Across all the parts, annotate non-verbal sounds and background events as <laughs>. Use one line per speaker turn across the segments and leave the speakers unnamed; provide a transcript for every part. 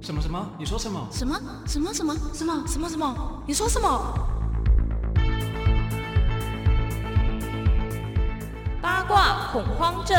什么什么？你说什么？
什么什么什么什么什么什么？你说什么？
八卦恐慌症。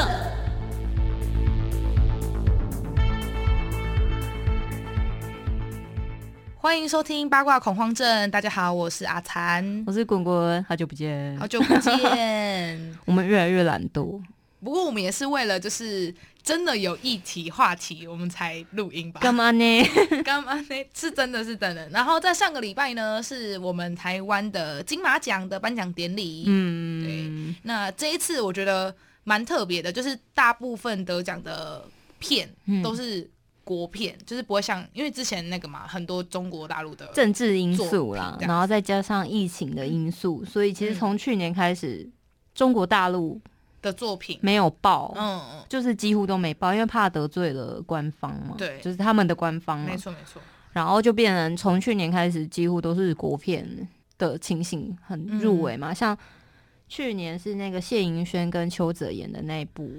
欢迎收听八卦恐慌症。大家好，我是阿残，
我是滚滚，好久不见
好。久
<laughs>
不见。
我们越来越懒惰，
不过我们也是为了就是真的有议题话题，我们才录音吧。
干
<laughs>
嘛呢？
干嘛呢？ <laughs> 是真的是真的。然后在上个礼拜呢，是我们台湾的金马奖的颁奖典礼。
嗯，
那这一次我觉得蛮特别的，就是大部分得奖的片
嗯
都是国片，就是不会像因为之前那个嘛，很多中国大陆的
政治因素啦
作品，这样嗯
然后再加上疫情的因素，所以其实从去年开始，中国大陆
的作品，
没有报，
嗯，
就是几乎都没报，因为怕得罪了官方嘛，
对
就是他们的官方嘛
嗯没，错没错，
然后就变成从去年开始，几乎都是国片的情形很
嗯
入围嘛，像去年是那个谢盈萱跟邱泽演的那一部，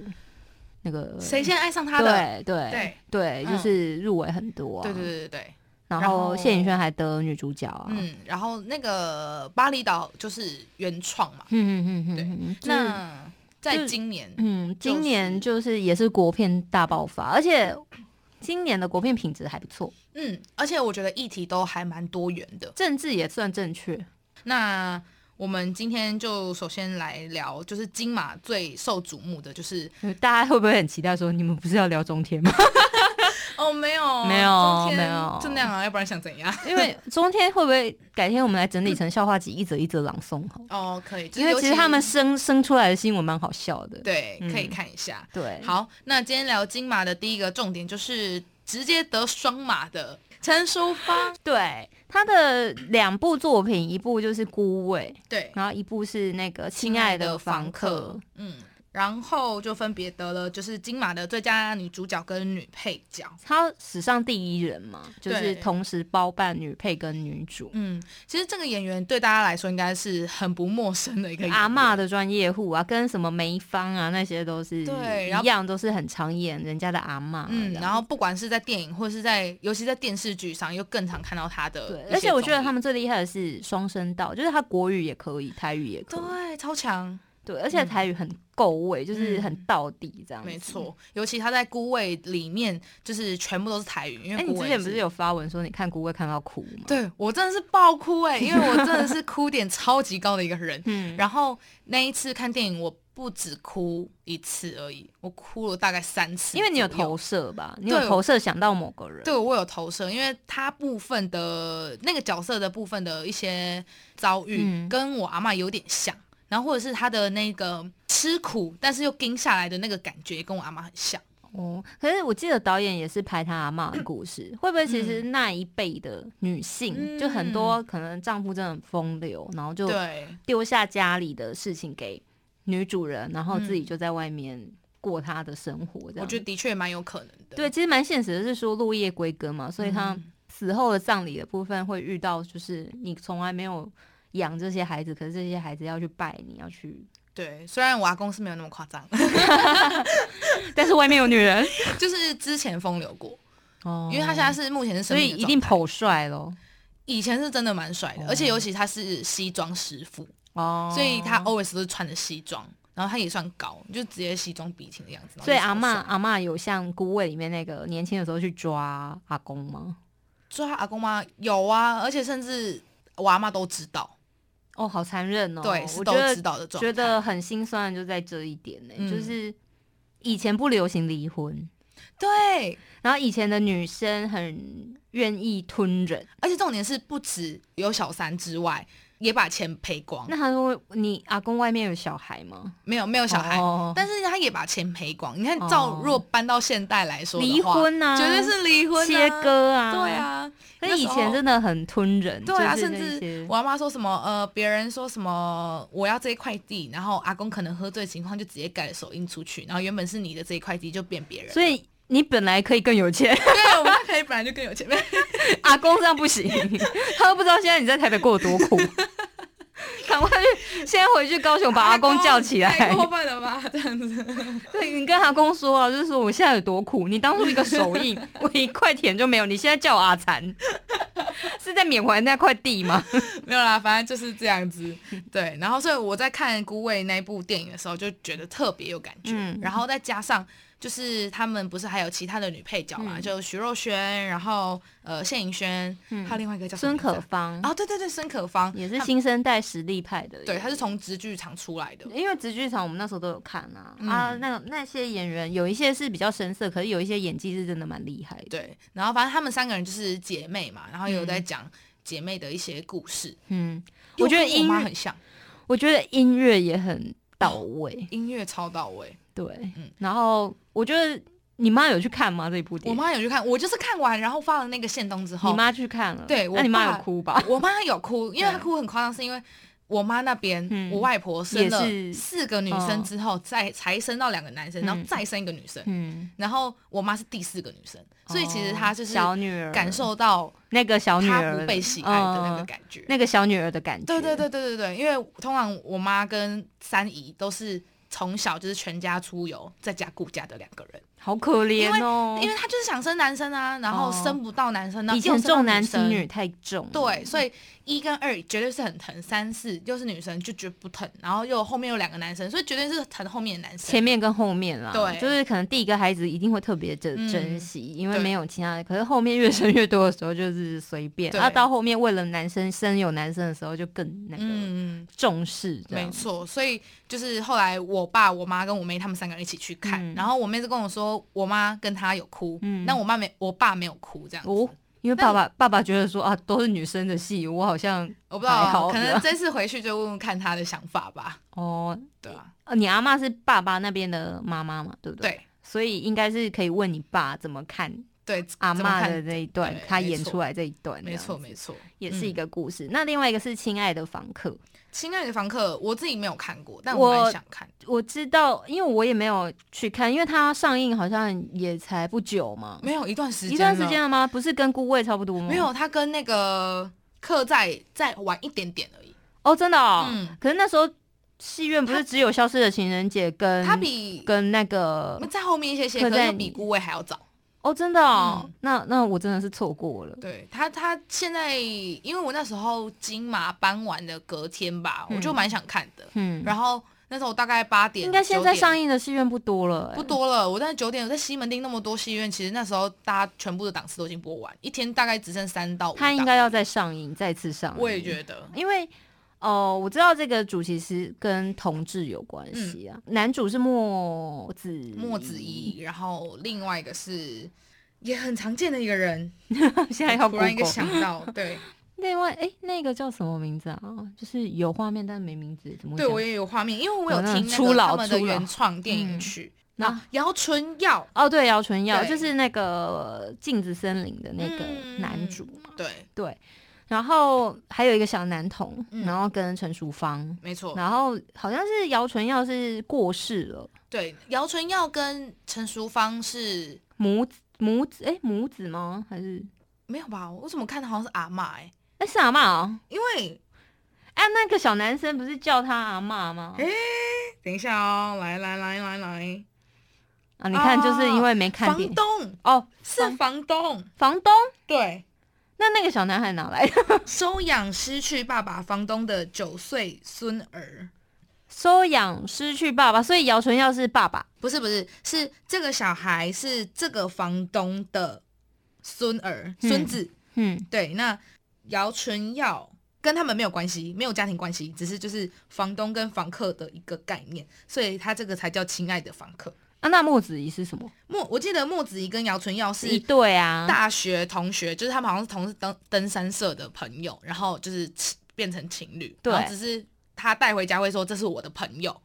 那个
谁先爱上他的？
对对
对
对，
嗯
就是入围很多、啊
对对对对对，
然
然后
后谢颖轩还得女主角啊，嗯
嗯，然后那个巴厘岛就是原创嘛，
嗯嗯
对
嗯嗯，那
那在今年，
嗯，
就是
今年就是也是国片大爆发，而且今年的国片品质还不错，
嗯，而且我觉得议题都还蛮多元的。
政治也算正确，
那我们今天就首先来聊，就是金马最受瞩目的就是
呃大家会不会很期待说你们不是要聊中天吗？ <laughs>
哦，没有
没有
中天
没有
就那样啊，要不然想怎样？ <laughs>
因为中天会不会改天我们来整理成笑话集，一则一则朗诵好了？
哦，可以，就是
因为
尤
其实他们生生出来的新闻蛮好笑的，
对
嗯
可以看一下。
对，
好，那今天聊金马的第一个重点就是直接得双马的陈淑芳，
对他的两部作品，一部就是《孤味》，
对，
然后一部是那个《亲爱的房客》，，
嗯，然后就分别得了就是金马的最佳女主角跟女配角。
他史上第一人嘛，就是同时包办女配跟女主。
嗯，其实这个演员对大家来说应该是很不陌生的一个演员
阿嬷的专业户啊，跟什么梅芳啊那些都是
对
一
然后
样，都是很常演人家的阿嬷。
嗯，
这样
然后不管是在电影或是在，尤其在电视剧上，又更常看到他的
对
一，些
而且我觉得
综艺
他们最厉害的是双声道，就是他国语也可以，台语也可以，
对超强，
对，而且台语很够味，就是很道地这样子。
没。错。
嗯
尤其他在《孤味》里面，就是全部都是台语，因
哎、
为
你
孤
之
味
前不是有发文说你看孤味看到哭吗？，
对我真的是爆哭
<laughs>
哎、因为我真的是哭点超级高的一个人。
嗯，
然后那一次看电影，我不止哭一次而已，我哭了大概三次，
因为你有投。射吧，你有
对
投射想到某个人。
对，我有投射，因为他部分的那个角色的部分的一些遭遇，
嗯
跟我阿嬷有点像，然后或者是他的那个吃苦，但是又盯下来的那个感觉，跟我阿嬷很像。
哦，可是我记得导演也是拍他阿嬷的故
<coughs>
事，会不会其实那一辈的女性，
嗯
就很多可能丈夫真的很风流，然后就
对，
丢下家里的事情给女主人，然后自己就在外面过她的生活，这样。
嗯我觉得的确蛮有可能的。
对，其实蛮现实的，是说落叶归根嘛，所以她
嗯
死后的葬礼的部分会遇到，就是你从来没有养这些孩子，可是这些孩子要去拜你，
<laughs>
要去，
对，虽然我阿公是没有那么夸张，
但是外面有女人，
就是之前风流过，
哦
因为他现在是目前是生
所以
命的
一
状
定
态
跑帅咯。
以前是真的蛮帅的，而且尤其他是西装师傅，
哦，
所以他 always 都是穿着西装，然后他也算高，就直接西装笔挺的样子。然后
所以
就超
阿嬷
帅
阿嬷有像《孤味》里面那个年轻的时候去抓阿公吗？
抓阿公吗？有啊，而且甚至我阿妈都知道，
哦，好残忍哦！
对，是
我
都
觉得
知道的状态。
觉得很心酸的就在这一点呢、
嗯
就是以前不流行离婚，
对，
然后以前的女生很愿意吞忍，
而且重点是不止有小三之外，也把钱赔光。
那他说你阿公外面有小孩吗？
没有没有小孩，
哦
但是他也把钱赔光。你看，
哦
照若搬到现代来说的话，
离婚啊，
绝对是离婚、啊、
切。割啊，
对。啊，
可是以前真的很吞忍，
对啊，
就是
甚
那
至
些
我阿妈说什么呃，别人说什么我要这一块地，然后阿公可能喝醉情况就直接盖了手印出去，然后原本是你的这一块地就变别人，
所以你本来可以更有钱，
对，我们可以本来就更有
<laughs>
钱，
阿公这样不行，他都不知道现在你在台北过得多苦。赶快去，先回去高雄把阿公叫起
太
来。
过分了吧？这样子，
对，你跟阿公说啊，就是说我现在有多苦，你当初一个手印， <laughs> 我一块田就没有，你现在叫我阿残，是在缅怀那块地吗？
没有啦，反正就是这样子。
<laughs>
对，然后所以我在看《孤味》那部电影的时候，就觉得特别有感觉。
嗯
然后再加上就是他们不是还有其他的女配角嘛，
嗯
就徐若瑄，然后呃谢颖轩，还有另外一个叫什么
嗯孙
名字
可
啊
芳
啊，对对对，孙可芳
也是
她
新生代实力派的，嗯
对，她是从直剧场出来的。
因为直剧场我们那时候都有看啊，啊，那那些演员有一些是比较深色，可是有一些演技是真的蛮厉害的。
对，然后反正她们三个人就是姐妹嘛，然后有在讲姐妹的一些故事。
嗯，我觉得
又跟我
音
妈
乐，
很像，
我觉得音乐也很到位，
音乐超到位。
对，
嗯
然后我觉得你妈有去看吗？这一部电
我
影？
妈有去看，我就是看完然后发了那个线动之后，
你妈嗯去看了，
对我
那你妈
爸
有哭吧？
我妈有哭，因为她
对
哭很夸张，是因为我妈那边，
嗯
我外婆生了
也是
四个女生之后，再才生到两个男生，然后
嗯
再生一个女生，
嗯，哦
然后我妈是第四个女生，所以其实她就是
小女儿
感受到
那个小女
她
儿
不被喜爱的那个
嗯
感觉。
那个小女儿的感觉，
对对对对对对，因为通常我妈跟三姨都是从小就是全家出游，在家顾家的两个人，
好可
因为
怜哦，
因为她就是想生男生啊，然后
哦
生不到男生，然后
以
又生
前
到
重男
女
轻
生
女太重，
对，，所以一跟二绝对是很疼，三四又是女生就绝不疼，然后又后面有两个男生，所以绝对是疼后面的男生
前。面跟后面啦，
对
就是可能第一个孩子一定会特别的
嗯
珍惜，因为
对
没有其他的。可是后面越生越多的时候，就是随便。
对
然后到后面为了男生生有男生的时候，就更那个
嗯，
重视这
没
样。
错。所以就是后来我爸、我妈跟我妹他们三个人一起去看，
嗯
然后我妹就跟我说，我妈跟她有哭，
嗯
那我妈没，我爸没有哭这样子。
哦，因为爸爸爸爸觉得说啊，都是女生的戏，我好像
我不知道
还好
啊，可能
吧
这次回去就问问看他的想法吧。
哦，
对啊，
呃你阿妈是爸爸那边的妈妈嘛，对不对？对，
对
所以应该是可以问你爸怎么看
对，
阿
怎么
妈
看
的这一段
对，
他
没
演
错
出来这一段，
没错没
错，
错，
也是一
嗯
个故事。那另外一个是《亲爱的房客》。
亲爱的房客，我自己没有看过，但
我
我蛮想看。
我知道，因为我也没有去看，因为它上映好像也才不久嘛，
没有一段时间，
一段时间了吗？不是跟《孤味》差不多吗？
没有，他跟那个客在再晚一点点而已。
哦，真的哦。
嗯，
可是那时候戏院不是只有《消失的情人节》跟
他比呃
跟那个
在后面一些些，
刻
可
嗯在
是比顾魏还要早。
哦，真的哦，
嗯
那那我真的是错过了。
对他，他现在因为我那时候金马颁完的隔天吧，
嗯
我就蛮想看的。
嗯，
然后那时候我大概八点，
应该现在
9点
上映的戏院不多了、哎
不。多了。我在九点，我在西门町那么多戏院，其实那时候大家全部的档次都已经播完，一天大概只剩三到五档。
它应该要再上映，再次上映。
我也觉得，
因为哦、呃我知道这个主其实跟同志有关系啊。男主是墨子
莫嗯子怡，然后另外一个是也很常见的一个人，
<laughs> 现在要
突然一个
Google
想到，
<laughs>
对。
另外，哎、那个叫什么名字啊？就是有画面但没名字，怎么会
对
讲
我也有画面，因为我有
有哦那种
听那
初
个他
老
们的
初老嗯
原创电影曲，
那
那姚春耀
哦，对，姚纯耀
啊对
就是那个镜子森林的那个
嗯
男主嘛，
对，
对。
<laughs>
然后还有一个小男童，
嗯哦
然后跟陈淑芳，
没错，
然后好像是姚纯耀是过世了，
对，姚春耀跟陈淑芳是
母子母子哎母子吗？还是
没有吧？我怎么看的好像是阿嬷哎、
哎是阿妈哦？
因为
哎、那个小男生不是叫他阿妈吗？
哎 <laughs> 等一下哦，来来来来来，
啊，你看
哦
就是因为没看
房
电影
东
哦，
是房东，
房东，
对，
那那个小男孩哪来的？ <laughs>
收养失去爸爸房东的九岁孙儿。
收养失去爸爸，所以姚纯耀是爸爸。
不是不是，是这个小孩是这个房东的孙儿
嗯
孙子，
嗯，
对，那姚纯耀跟他们没有关系，没有家庭关系，只是就是房东跟房客的一个概念，所以他这个才叫亲爱的房客。
啊，那墨子怡是什么？
莫我记得莫子怡跟姚纯耀
一
是
对啊，
大学同学，就是他们好像是同是登登山社的朋友，然后就是亲变成情侣，
对
然后只是他带回家会说这是我的朋友，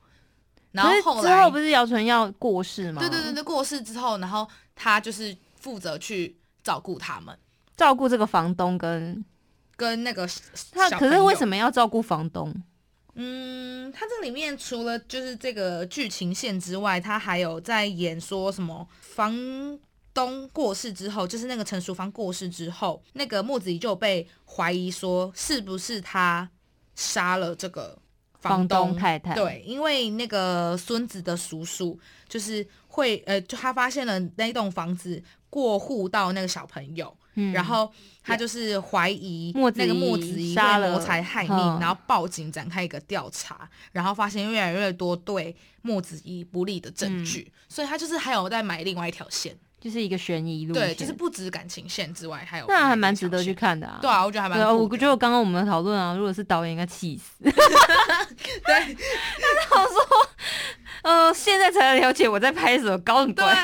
然
可
后
是
后
之
来
后不是姚纯耀过世吗？
对对对，对过世之后，然后他就是负责去照顾他们。
照顾这个房东跟
跟那个小
他，
小
可是
朋
为
友
什么要照顾房东？
嗯，它这里面除了就是这个剧情线之外，它还有在演说什么房东过世之后，就是那个陈淑芳过世之后，那个莫子仪就有被怀疑说是不是他杀了这个
房东太太，
对，因为那个孙子的叔叔就是会呃，就他发现了那栋房子过户到那个小朋友，
嗯，
然后他就是怀疑
莫子
那个
仪
莫子仪
杀
被
了
谋财害命，
嗯
然后报警展开一个调查，然后发现越来越多对莫子仪不利的证
嗯
据，所以他就是还有在买另外一条线，
就是一个悬疑路线，
对，就是不止感情线之外，还有
那还蛮
另
值
一条
得去
线。
看的啊。
对啊，我觉得还蛮
对啊，
酷
我
的
觉得刚刚我们讨论啊，如果是导演应该
<laughs>
气死。 <laughs>
对
我说，呃，现在才了解我在拍什么，搞什么鬼？
对，啊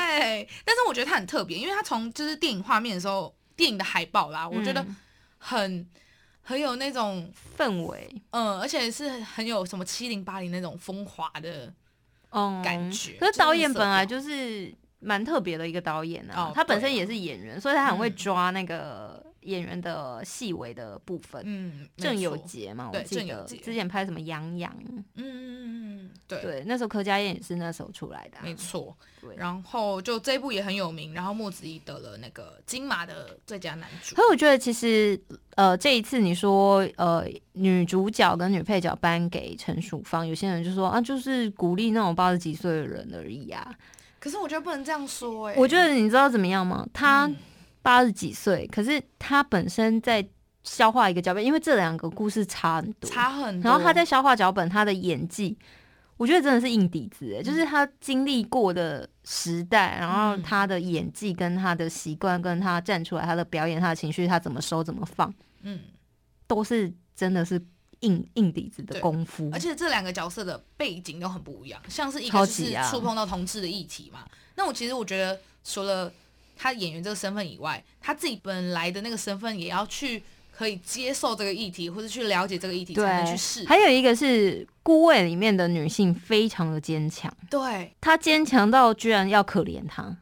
但是我觉得它很特别，因为它从就是电影画面的时候，电影的海报啦，我觉得
嗯
很很有那种
氛围，
嗯，而且是很有什么七零八零那种风华的
嗯，
感觉
可是导演本来
就
就是蛮特别的一个导演啊，
哦
他本身
对啊
也是演员，所以他很会
嗯
抓那个演员的细微的部分。
嗯，没
郑有
错
杰嘛，我
对
记
郑有
得
杰
之前拍什么《杨洋》，
嗯嗯嗯嗯，对。
对，那时候柯佳燕也是那时候出来的啊、
没错
对，
然后就这部也很有名，然后莫子仪得了那个金马的最佳男主
可，是我觉得其实，呃，这一次你说，呃，女主角跟女配角颁给陈淑芳，有些人就说啊，就是鼓励那种八十几岁的人而已啊。
可是我觉得不能这样说哎、
我觉得你知道怎么样吗？她
嗯
八十几岁，可是她本身在消化一个脚本，因为这两个故事差很多，
差很多，
然后她在消化脚本，她的演技，我觉得真的是硬底子、欸，就是她经历过的时代，然后
嗯
她的演技跟她的习惯，跟她站出来，她的表演，她的情绪，她怎么收怎么放。
嗯，
都是真的是硬硬底子的
对
功夫，
而且这两个角色的背景都很不一样，像是一个
超
就
级
是
啊
触碰到同志的议题嘛。那我其实我觉得，除了他演员这个身份以外，他自己本来的那个身份也要去可以接受这个议题，或者去了解这个议题，才能去试
对。。还有一个是《孤味》里面的女性非常的坚强，
对，
她坚强到居然要可怜她，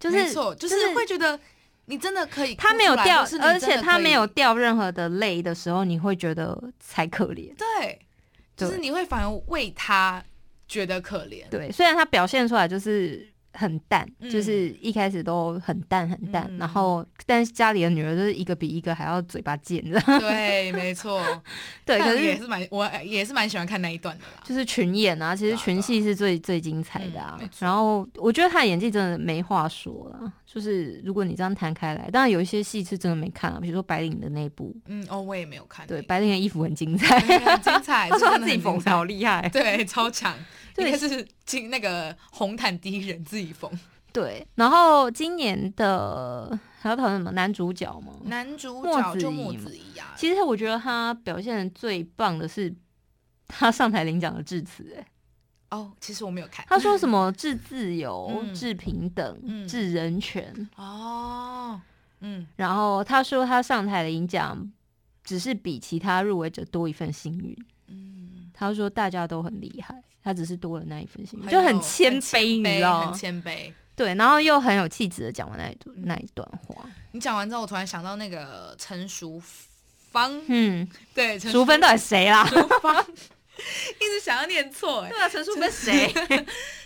就是
没错，就是
就是
会觉得你真的可以哭出来，
她没有掉
或是，你
而
真的
且她
可以
没有掉任何的泪的时候，你会觉得才可怜。
对，就是你会反而为他觉得可
<laughs>
怜。
对，虽然她表现出来就是。很淡，
嗯
就是一开始都很淡很淡，
嗯
然后但是家里的女儿就是一个比一个还要嘴巴贱的，
对，没错。
<laughs> 对，
但
可
也
是
是蛮，我也是蛮喜欢看那一段的啦。
就是群演啊，其
对
实
啊
群戏是最最精彩的啊。
嗯没错
然后我觉得他的演技真的没话说了，就是如果你这样摊开来，当然有一些戏是真的没看啊，比如说白领的那一部，
嗯，哦，我也没有看那
对，
一
白领的衣服很精彩，
对很精
<laughs>
彩，
他
这
说他
嗯真的
自己
很
缝
精
的
彩
好厉害，
<laughs>
<laughs>
对，超强，
对
应该是进那个红毯第一人自己
<laughs>
缝。
对。然后今年的还要讨论什么男主角吗？
男主
莫
角
子
就
仪
莫
嘛
子仪啊，
其实我觉得他表现的最棒的是他上台领奖的致辞、哎
哦，其实我没有看
他说什么致自由、
嗯
致平等、
嗯
致人权，
<laughs> 哦，嗯，
然后他说他上台的演讲只是比其他入围者多一份幸运。
嗯，
他说大家都很厉害，他只是多了那一份幸运，
很
就很
有
谦
很
卑，你
卑
知道
很
吗？
谦嗯卑。
对，然后又很有气质的讲完那一段那一段话。
<laughs> 你讲完之后，我突然想到那个陈淑芳，
嗯，
对，陈
淑芬到底谁啦？ <laughs>
淑芳，一直想要念错哎、
啊，陈淑芬谁？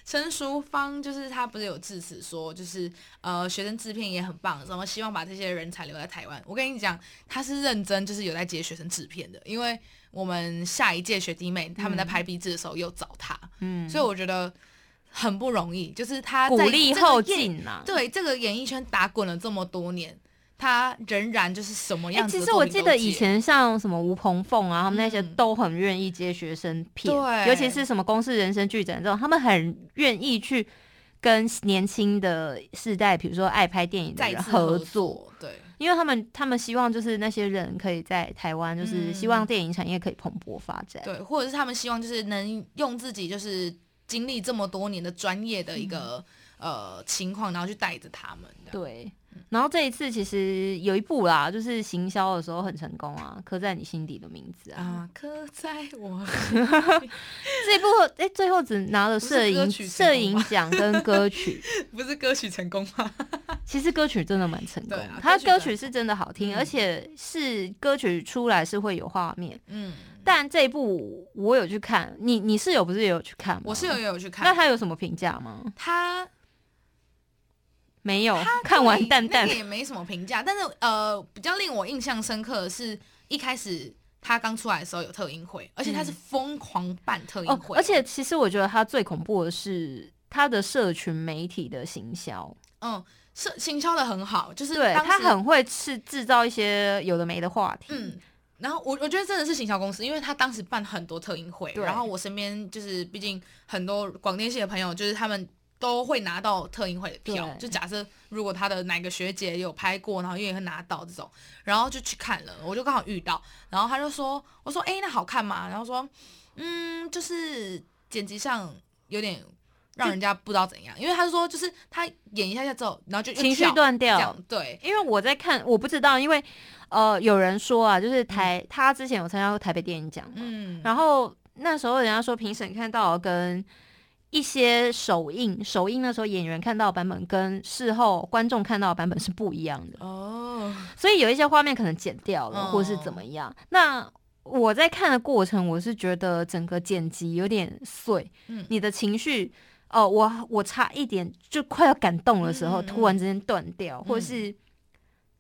陈淑芳就是她不是有致辞说，就是呃学生制片也很棒，然后希望把这些人才留在台湾。我跟你讲，她是认真，就是有在接学生制片的，因为我们下一届学弟妹他们在拍毕制的时候又找她，
<laughs> 嗯，
所以我觉得很不容易，就是她
鼓
在
励
这个
后啊
业，
进呐。
对这个演艺圈打滚了这么多年，她仍然就是什么
哎、
样子、
其实我记得以。前像什么吴鹏凤啊，他们那些
嗯
都很愿意接学生片，
对
尤其是什么公司人生剧展这种，他们很愿意去跟年轻的世代，比如说爱拍电影的
再
人
次
合作，
作，对，
因为他们他们希望就是那些人可以在台湾，就是
嗯
希望电影产业可以蓬勃发展。
对，或者是他们希望就是能用自己就是经历这么多年的专业的一个、呃情况，然后去带着他们这样。
嗯对
嗯
然后这一次其实有一部啦，就是行销的时候很成功啊，刻在你心底的名字啊。
啊，刻在我 <laughs>
这部哎、最后只拿了
不是
摄
歌
影
曲成
摄
功 <laughs>
影
吗
奖跟歌曲，
不是歌曲成功吗？
其实歌曲真的蛮成功的，
对啊
他歌
歌曲真的
曲是真的好听，
嗯
而且是歌曲出来是会有画面。
嗯，
但这一部我有去看，你你室友不是也有去看吗？
我室友也有去
那
看，
他有什么评价吗？
他
没有， <laughs> 看完
对
淡淡
那个。也没什么评价，但是呃，比较令我印象深刻的是一开始。他刚出来的时候有特映会，而且他是疯狂办特映
嗯哦
会、，
而且其实我觉得他最恐怖的是他的社群媒体的行销，
嗯，是行销的很好，就是
对
当
他
时
很会制制造一些有的没的话题。
嗯，然后我我觉得真的是行销公司，因为他当时办很多特映会，
对
然后我身边就是毕竟很多广电系的朋友，就是他们都会拿到特映会的票。
对
就假设如果他的哪个学姐有拍过，然后也会拿到这种，然后就去看了，我就刚好遇到，然后他就说，我说哎、诶那好看吗？然后说，嗯，就是剪辑上有点。让人家不知道怎样，因为他说就是他演一下下之后，然后就又
情绪
跳
断
这
掉
样，，对，
因为我在看，我不知道，因为呃，有人说啊，就是台、他之前有参加过台北电影奖嘛，
嗯，
然后那时候人家说评审看到跟一些首映首映那时候演员看到的版本跟事后观众看到的版本是不一样的，
哦，
所以有一些画面可能剪掉了，
嗯
或是怎么样。那我在看的过程，我是觉得整个剪辑有点碎，
嗯
你的情绪。哦，我我差一点就快要感动的时
嗯
候，
嗯嗯
突然之间断掉，或是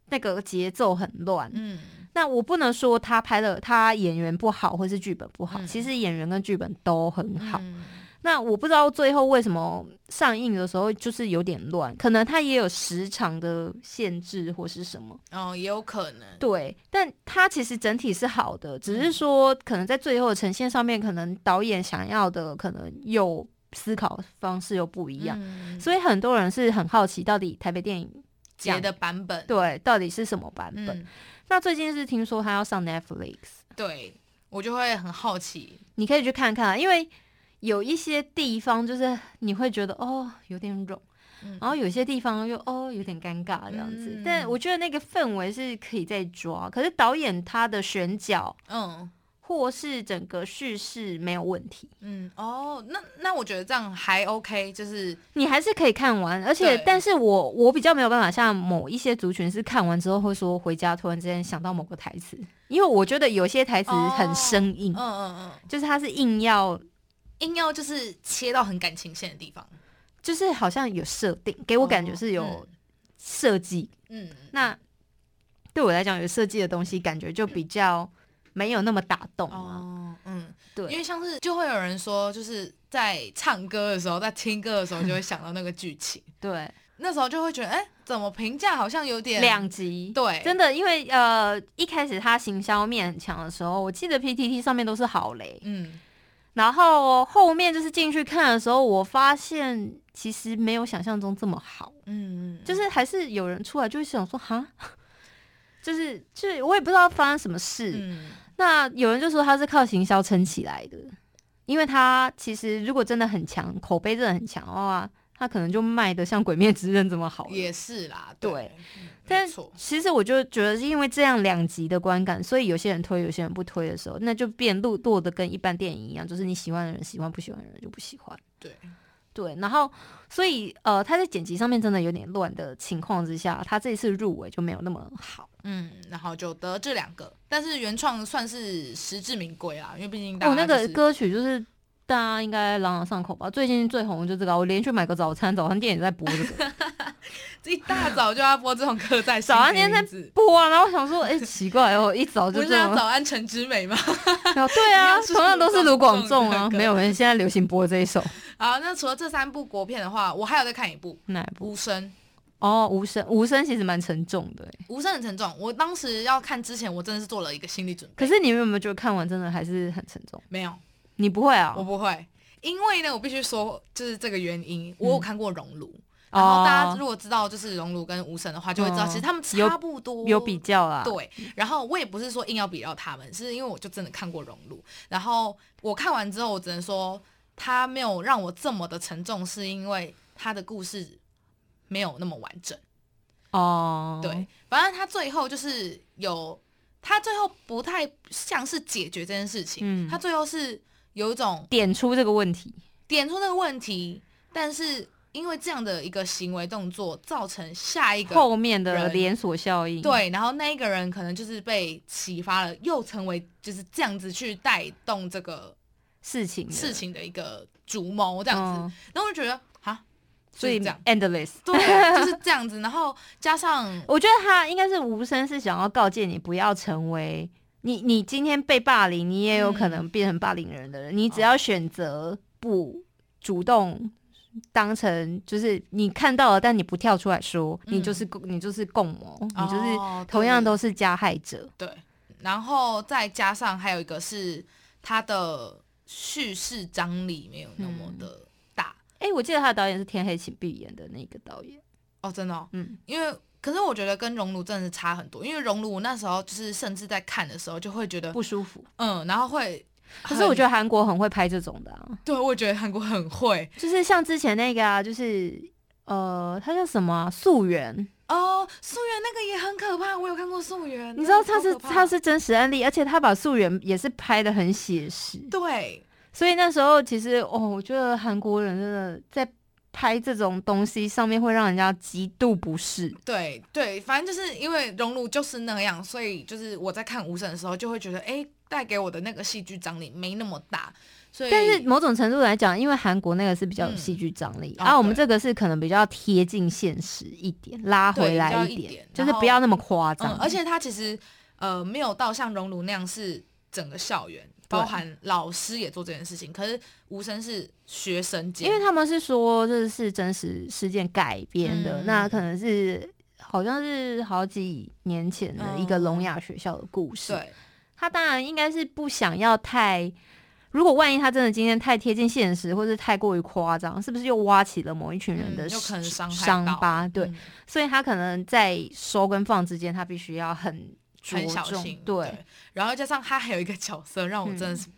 那个节奏很乱，
嗯，
那我不能说他拍的他演员不好，或是剧本不好，
嗯
其实演员跟剧本都很好。
嗯
那我不知道最后为什么上映的时候就是有点乱，可能他也有时长的限制或是什么。
哦，也有可能。
对，但他其实整体是好的，只
嗯
是说可能在最后的呈现上面，可能导演想要的可能又思考方式又不一样，
嗯
所以很多人是很好奇到底台北电影
截的版本，
对到底是什么版本。
嗯，
那最近是听说他要上 Netflix。
对我就会很好奇，
你可以去看看啊，因为有一些地方就是你会觉得哦有点冗，
嗯
然后有些地方又哦有点尴尬这样子。
嗯
但我觉得那个氛围是可以再抓，可是导演他的选角
嗯
或是整个叙事没有问题，
嗯，哦，那那我觉得这样还 OK，就是
你还是可以看完。而且
对，
但是我我比较没有办法像某一些族群是看完之后会说回家突然之间想到某个台词，因为我觉得有些台词很生硬，
嗯嗯嗯，
就是他是硬要
硬要就是切到很感情线的地方，
就是好像有设定，给我感觉是有
哦
设计。
嗯，
那对我来讲，有设计的东西感觉就比较没有那么打动啊。
哦，嗯，
对
因为像是就会有人说，就是在唱歌的时候，在听歌的时候就会想到那个剧情， <laughs>
对，
那时候就会觉得，哎，怎么评价好像有点
两极。
对，
真的，因为呃，一开始他行销面很强的时候，我记得 PTT 上面都是好雷，
嗯，
然后后面就是进去看的时候，我发现其实没有想象中这么好。
嗯嗯，
就是是还是有人出来就会想说哈，就是就是我也不知道发生什么事，
嗯
那有人就说他是靠行销撑起来的，因为他其实如果真的很强，口碑真的很强的话，他可能就卖的像《鬼灭之刃》这么好了。
也是啦，
对
嗯
但
没错，
其实我就觉得是因为这样两极的观感，所以有些人推，有些人不推的时候，那就变落落的跟一般电影一样，就是你喜欢的人喜欢，不喜欢的人就不喜欢。
对，
对，然后所以呃，他在剪辑上面真的有点乱的情况之下，他这一次入围就没有那么好。
嗯，然后就得这两个，但是原创算是实至名归啦，因为毕竟大
哦，
家、
那
就是
个歌曲就是大家应该朗朗上口吧？最近最红的就这个啊，我连续买个早餐，早餐店也在播这
<laughs>
个，
一
<laughs>
大早就要播这种歌在
早安
新
天
北
在
女子
播啊。然后我想说，哎、奇怪哦，一早
不
就是这
要
样，
早安陈之美吗？
然后对啊
你要，是
同样都是卢广仲
卢广仲的
啊，
歌
没有人现在流行播这一首，
<laughs> 好，那除了这三部国片的话，我还有在看一部《
哪一部？
无声》，
哦，无声，无声其实蛮沉重的、欸，
《无声》很沉重。我当时要看之前，我真的是做了一个心理准备，
可是你们有没有觉得看完真的还是很沉重？
没有，
你不会啊？
我不会，因为呢，我必须说，就是这个原因，我有看过《熔炉》
嗯哦
然后大家如果知道就是《熔炉》跟《无声》的话，就会知道、
哦
其实他们
有
差不多
有比较啦，，
对，然后我也不是说硬要比较他们，是因为我就真的看过《熔炉》，然后我看完之后，我只能说他没有让我这么的沉重，是因为他的故事没有那么完整。
哦，
对，，反正他最后就是有，他最后不太像是解决这件事情，
嗯
他最后是有一种
点出这个问题，
点出那个问题，但是因为这样的一个行为动作，造成下一个。
后面的
人
连锁效应，，
对，然后那一个人可能就是被启发了，又成为就是这样子去带动这个
事情的
事情的一个主谋这样子，
嗯
然后我就觉得啊，
所以
就是这
<laughs>
样，
endless。
对，就是这样子，然后加上
我觉得他应该是无声是想要告诫你不要成为你你今天被霸凌，你也有可能变成霸凌人的人。你只要选择不主动当成，就是你看到了，但你不跳出来说，你就是共你就是共谋，你就是
哦
同样
对
都是加害者。
对，然后再加上还有一个是它的叙事张力没有那么
嗯
的大、
哎、我记得他的导演是《天黑请闭眼》的那个导演，
哦，真的、哦，
嗯，
因为可是我觉得跟熔炉真的是差很多，因为熔炉我那时候就是甚至在看的时候就会觉得
不舒服。
嗯，然后会
可
很，
是我觉得韩国很会拍这种的、啊，
对，我也觉得韩国很会
就是像之前那个啊，就是呃，他叫什么、啊、素媛，
哦，素媛那个也很可怕，我有看过素媛，
你知道他
那个
是
超可怕
他是真实案例，而且他把素媛也是拍的很写实，
对，
所以那时候其实哦，我觉得韩国人真的在拍这种东西上面会让人家极度不适。
对对，反正就是因为熔炉就是那样，所以就是我在看无声的时候，就会觉得，哎，带给我的那个戏剧张力没那么大，所以
但是某种程度来讲，因为韩国那个是比较有
嗯
戏剧张力，
哦
啊，我们
对
这个是可能比较贴近现实一点，拉
对
回
比较
来
一
点，
点
就
然
是
后
不要那么夸张、
嗯，而且它其实呃没有到像熔炉那样是整个校园，包含老师也做这件事情，可是无声是学生间，
因为他们是说这是真实事件改编的，
嗯
那可能是好像是好几年前的一个
嗯
聋哑学校的故事。
对
他当然应该是不想要太，如果万一他真的今天太贴近现实，或是太过于夸张，是不是又挖起了某一群人的
嗯有可能伤害到
伤疤？对，
嗯
所以他可能在收跟放之间，他必须要很着
很小
重
心，
对，嗯
然后加上他还有一个角色让我真的是、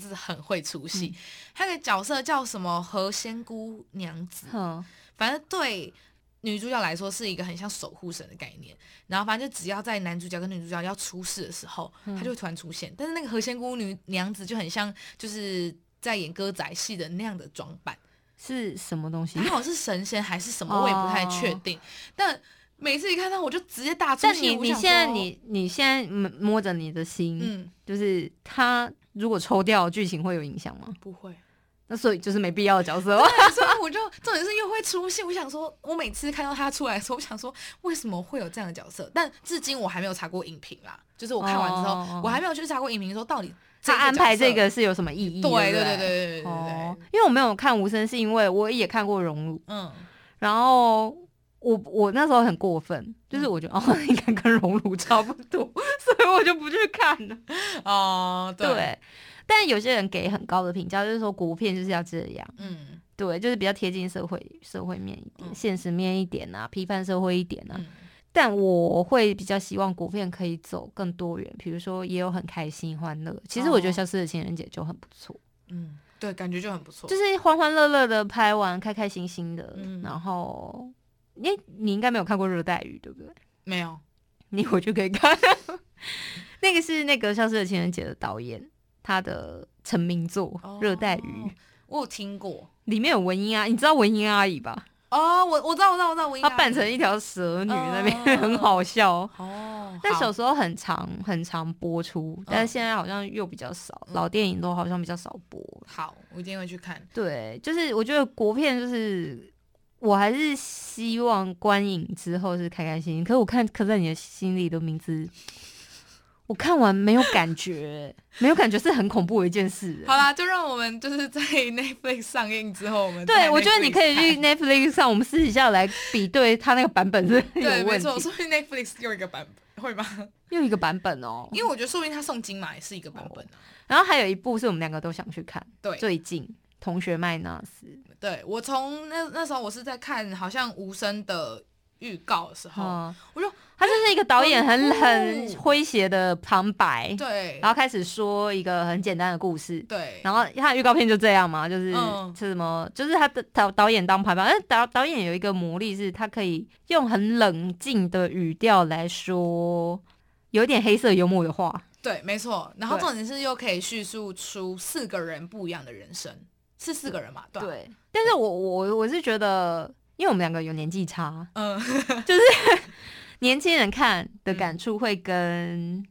就是很会出戏，他的角色叫什么何仙姑娘子，
嗯，
反正对女主角来说是一个很像守护神的概念。然后反正就只要在男主角跟女主角要出事的时候，他就
嗯
会突然出现。但是那个何仙姑女娘子就很像就是在演歌仔戏的那样的装扮，
是什么东西 <laughs>
她？好像是神仙还是什么，我也不太确定。但每次一看到我就直接大出
哦但
戏
你
我
你
想
现在
说
你你现在摸摸着你的心，
嗯
就是他如果抽掉剧情会有影响吗？
不会。
那所以就是没必要的角色
<laughs>
哦。
对所以我就重点是又会出戏。我想说，我每次看到他出来的时候，我想说为什么会有这样的角色？但至今我还没有查过影评啦，就是我看完之后，
哦哦哦
我还没有去查过影评，说到底这
他 <laughs>
个
安排
角色
这个是有什么意义？
对对
不
对对对对对
哦
对，，
因为我没有看无声，是因为我也看过熔炉，
嗯，
然后我我那时候很过分，就是我觉
嗯
得、哦， <laughs> 应该跟熔炉差不多， <laughs> 所以我就不去看了。
哦，
对，，但有些人给很高的评价，就是说国片就是要这样，
嗯
对，就是比较贴近社会社会面一点、
嗯
现实面一点啊，批判社会一点啊。
嗯
但我会比较希望国片可以走更多元，比如说也有很开心欢乐。其实我觉得
哦
《消失的情人节》就很不错。
嗯，对，感觉就很不错，
就是欢欢乐乐的拍完，开开心心的，
嗯
然后。你你应该没有看过《热带雨》，
<laughs>
对不对？
没有
你回去可以看。 <laughs> 那个是那个《消失的情人节》的导演他的成名作
哦
《热带雨》，
我有听过。
里面有文英啊，你知道文英阿姨吧？
哦，我我知道，我知道，我知道，我应该
她扮成一条蛇女，
嗯
那边、
嗯
很好笑。
哦，
但小
好
时候很常很常播出，但
嗯
是现在好像又比较少，老电影都好像比较少播了
好，我一定会去看。
对，就是我觉得国片就是，我还是希望观影之后是开开心心。可是我看刻在你的心里的名字，我看完没有感觉，没有感觉是很恐怖的一件事。
好啦，就让我们就是在 Netflix 上映之后，我们
对，
在
我觉得你
Netflix
可以
看
去 Netflix 上，我们私底下来比对他那个版
<laughs>
本是有
对，没
问
错，
题，
说不定 Netflix 又一个版本会吗？
又一个版本哦。
因为我觉得说不定他送金马也是一个版本啊。
然后还有一部是我们两个都想去看，
对
最近《同学麦纳斯》，
对，我从那那时候我是在看好像无声的预告的时候，
哦，
我就
他就是一个导演很
很
很诙谐的旁白，
对
然后开始说一个很简单的故事。
对，
然后他的预告片就这样嘛，就是、
嗯
是什么，就是他的导导演当排版，但导导演有一个魔力，是他可以用很冷静的语调来说，有一点黑色幽默的话。
对，没错。然后
对
重点是又可以叙述出四个人不一样的人生，是四个人嘛？对吧，
嗯
啊
对，但是我我我是觉得，因为我们两个有年纪差，
嗯，
<laughs> 年轻人看的感触会跟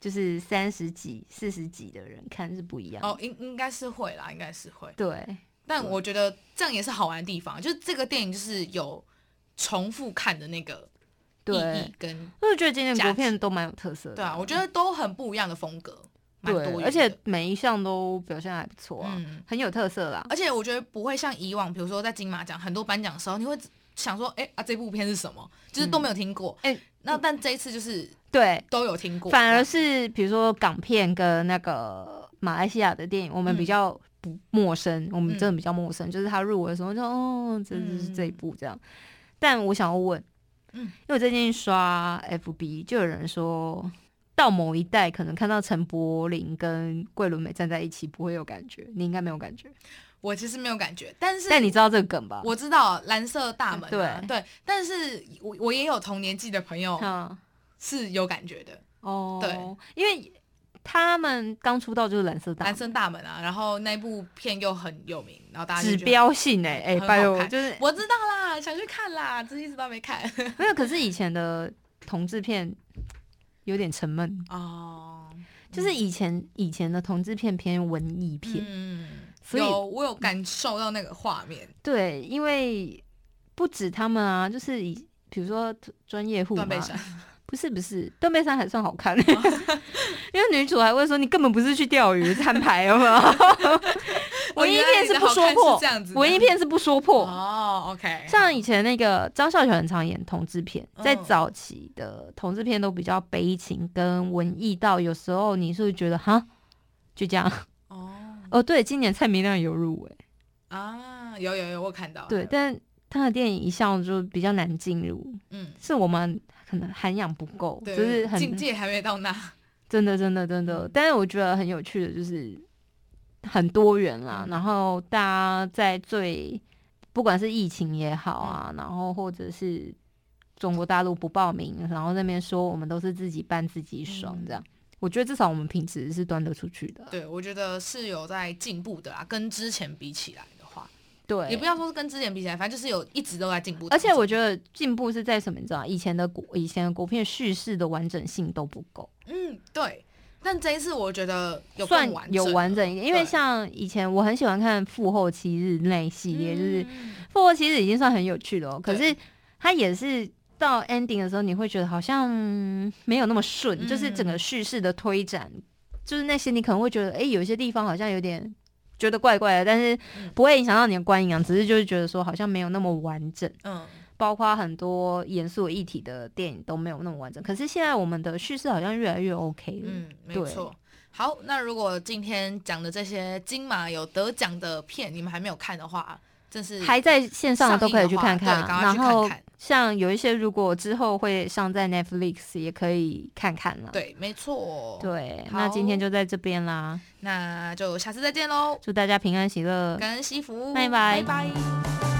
就是三十几、四十几的人看是不一样的。
哦，应应该是会啦，应该是会。
对，
但我觉得这样也是好玩的地方，就是这个电影就是有重复看的那个
对啊
意义跟
因为我觉得今年
价
国
值
片都蛮有特色的。
对啊，我觉得都很不一样的风格，蛮多元
对，
的
而且每一项都表现还不错啊，
嗯，
很有特色啦。
而且我觉得不会像以往，比如说在金马奖很多颁奖的时候，你会想说，哎、啊，这部片是什么？就是都没有听过。哎、
嗯哎
那但这一次就是
对，
都有听过，
反而
这样
是比如说港片跟那个马来西亚的电影，我们
嗯
比较不陌生，我们
嗯
真的比较陌生。就是他入围的时候就哦，这就是
嗯
这一部这样。但我想要问，
嗯
因为我最近刷 FB，就有人说到某一代，可能看到陈柏霖跟桂纶镁站在一起不会有感觉，你应该没有感觉，
我其实没有感觉，但是
但你知道这个梗吧？
我知道蓝色大门、啊，
对
对，但是我我也有同年纪的朋友
嗯
是有感觉的，
哦，
对，
因为他们刚出道就是蓝色大
蓝色大门啊，然后那部片又很有名，然后大家就
指
觉得。
标性哎、哎、
很好
拜托，
看
就是
我知道啦，想去看啦，只是一直都没看。
没有，可是以前的同志片有点沉闷，
哦，
就是以前以前的同志片偏文艺片，
嗯，
所以
有我有感受到那个画面，
对，因为不止他们啊，就是以比如说专业户嘛
断，背
<laughs>
山。哦
不是不是，断背山还算好看， <laughs> 因为女主还会说你根本不是去钓
<laughs>
鱼摊牌，有没有？文艺片不
哦原来你
说破
的好看是这样子，的
文艺片是不说破，
哦，OK，
像以前那个张孝全很常演同志片，
嗯
在早期的同志片都比较悲情跟文艺到，有时候你是会觉得哈，就
<laughs>
这样。
哦
哦，对，今年蔡明亮有入围，
啊，有有有，我有看到，
对，但他的电影一向就比较难进入，
嗯，
是我们可能涵养不够，就
对，
是很
境界还没到那，
真的真的真
嗯
的。但是我觉得很有趣的就是很多元啦，
嗯
然后大家在最不管是疫情也好啊，
嗯
然后或者是中国大陆不报名，然后那边说我们都是自己办自己爽
嗯
这样。我觉得至少我们品质是端得出去的，
对我觉得是有在进步的啦，跟之前比起来的话，
对，
也不要说是跟之前比起来，反正就是有一直都在进步，
而且我
觉
觉得进步是在什么？你知道吗，以前的国以前的国片叙事的完整性都不够，
得，嗯，对，但这一次我觉得有
算
更完
有
整
完整一点。因为
对
像以前我很喜欢看《复后七日》那一系列，就是
嗯
复活其实已经算很有趣了、哦，可
对
是它也是到 ending 的时候，你会觉得好像嗯没有那么顺，
嗯
就是整个叙事的推展，就是那些你可能会觉得，哎、有些地方好像有点觉得怪怪的，但是
嗯
不会影响到你的观影啊，只是就是觉得说好像没有那么完整，
嗯，
包括很多严肃议题的电影都没有那么完整。可是现在我们的叙事好像越来越 OK 了，
嗯，没
对
错。好，那如果今天讲的这些金马有得奖的片，你们还没有看的话，真是
还在线上的都可以去看看啊，
上映的话对赶快去
然后
看看
像有一些如果之后会上在 Netflix 也可以看看啦。
对，没错。，
对，
哦好
那今天就在这边啦，
那就下次再见喽，
祝大家平安喜乐，
感恩惜福，
拜拜
拜拜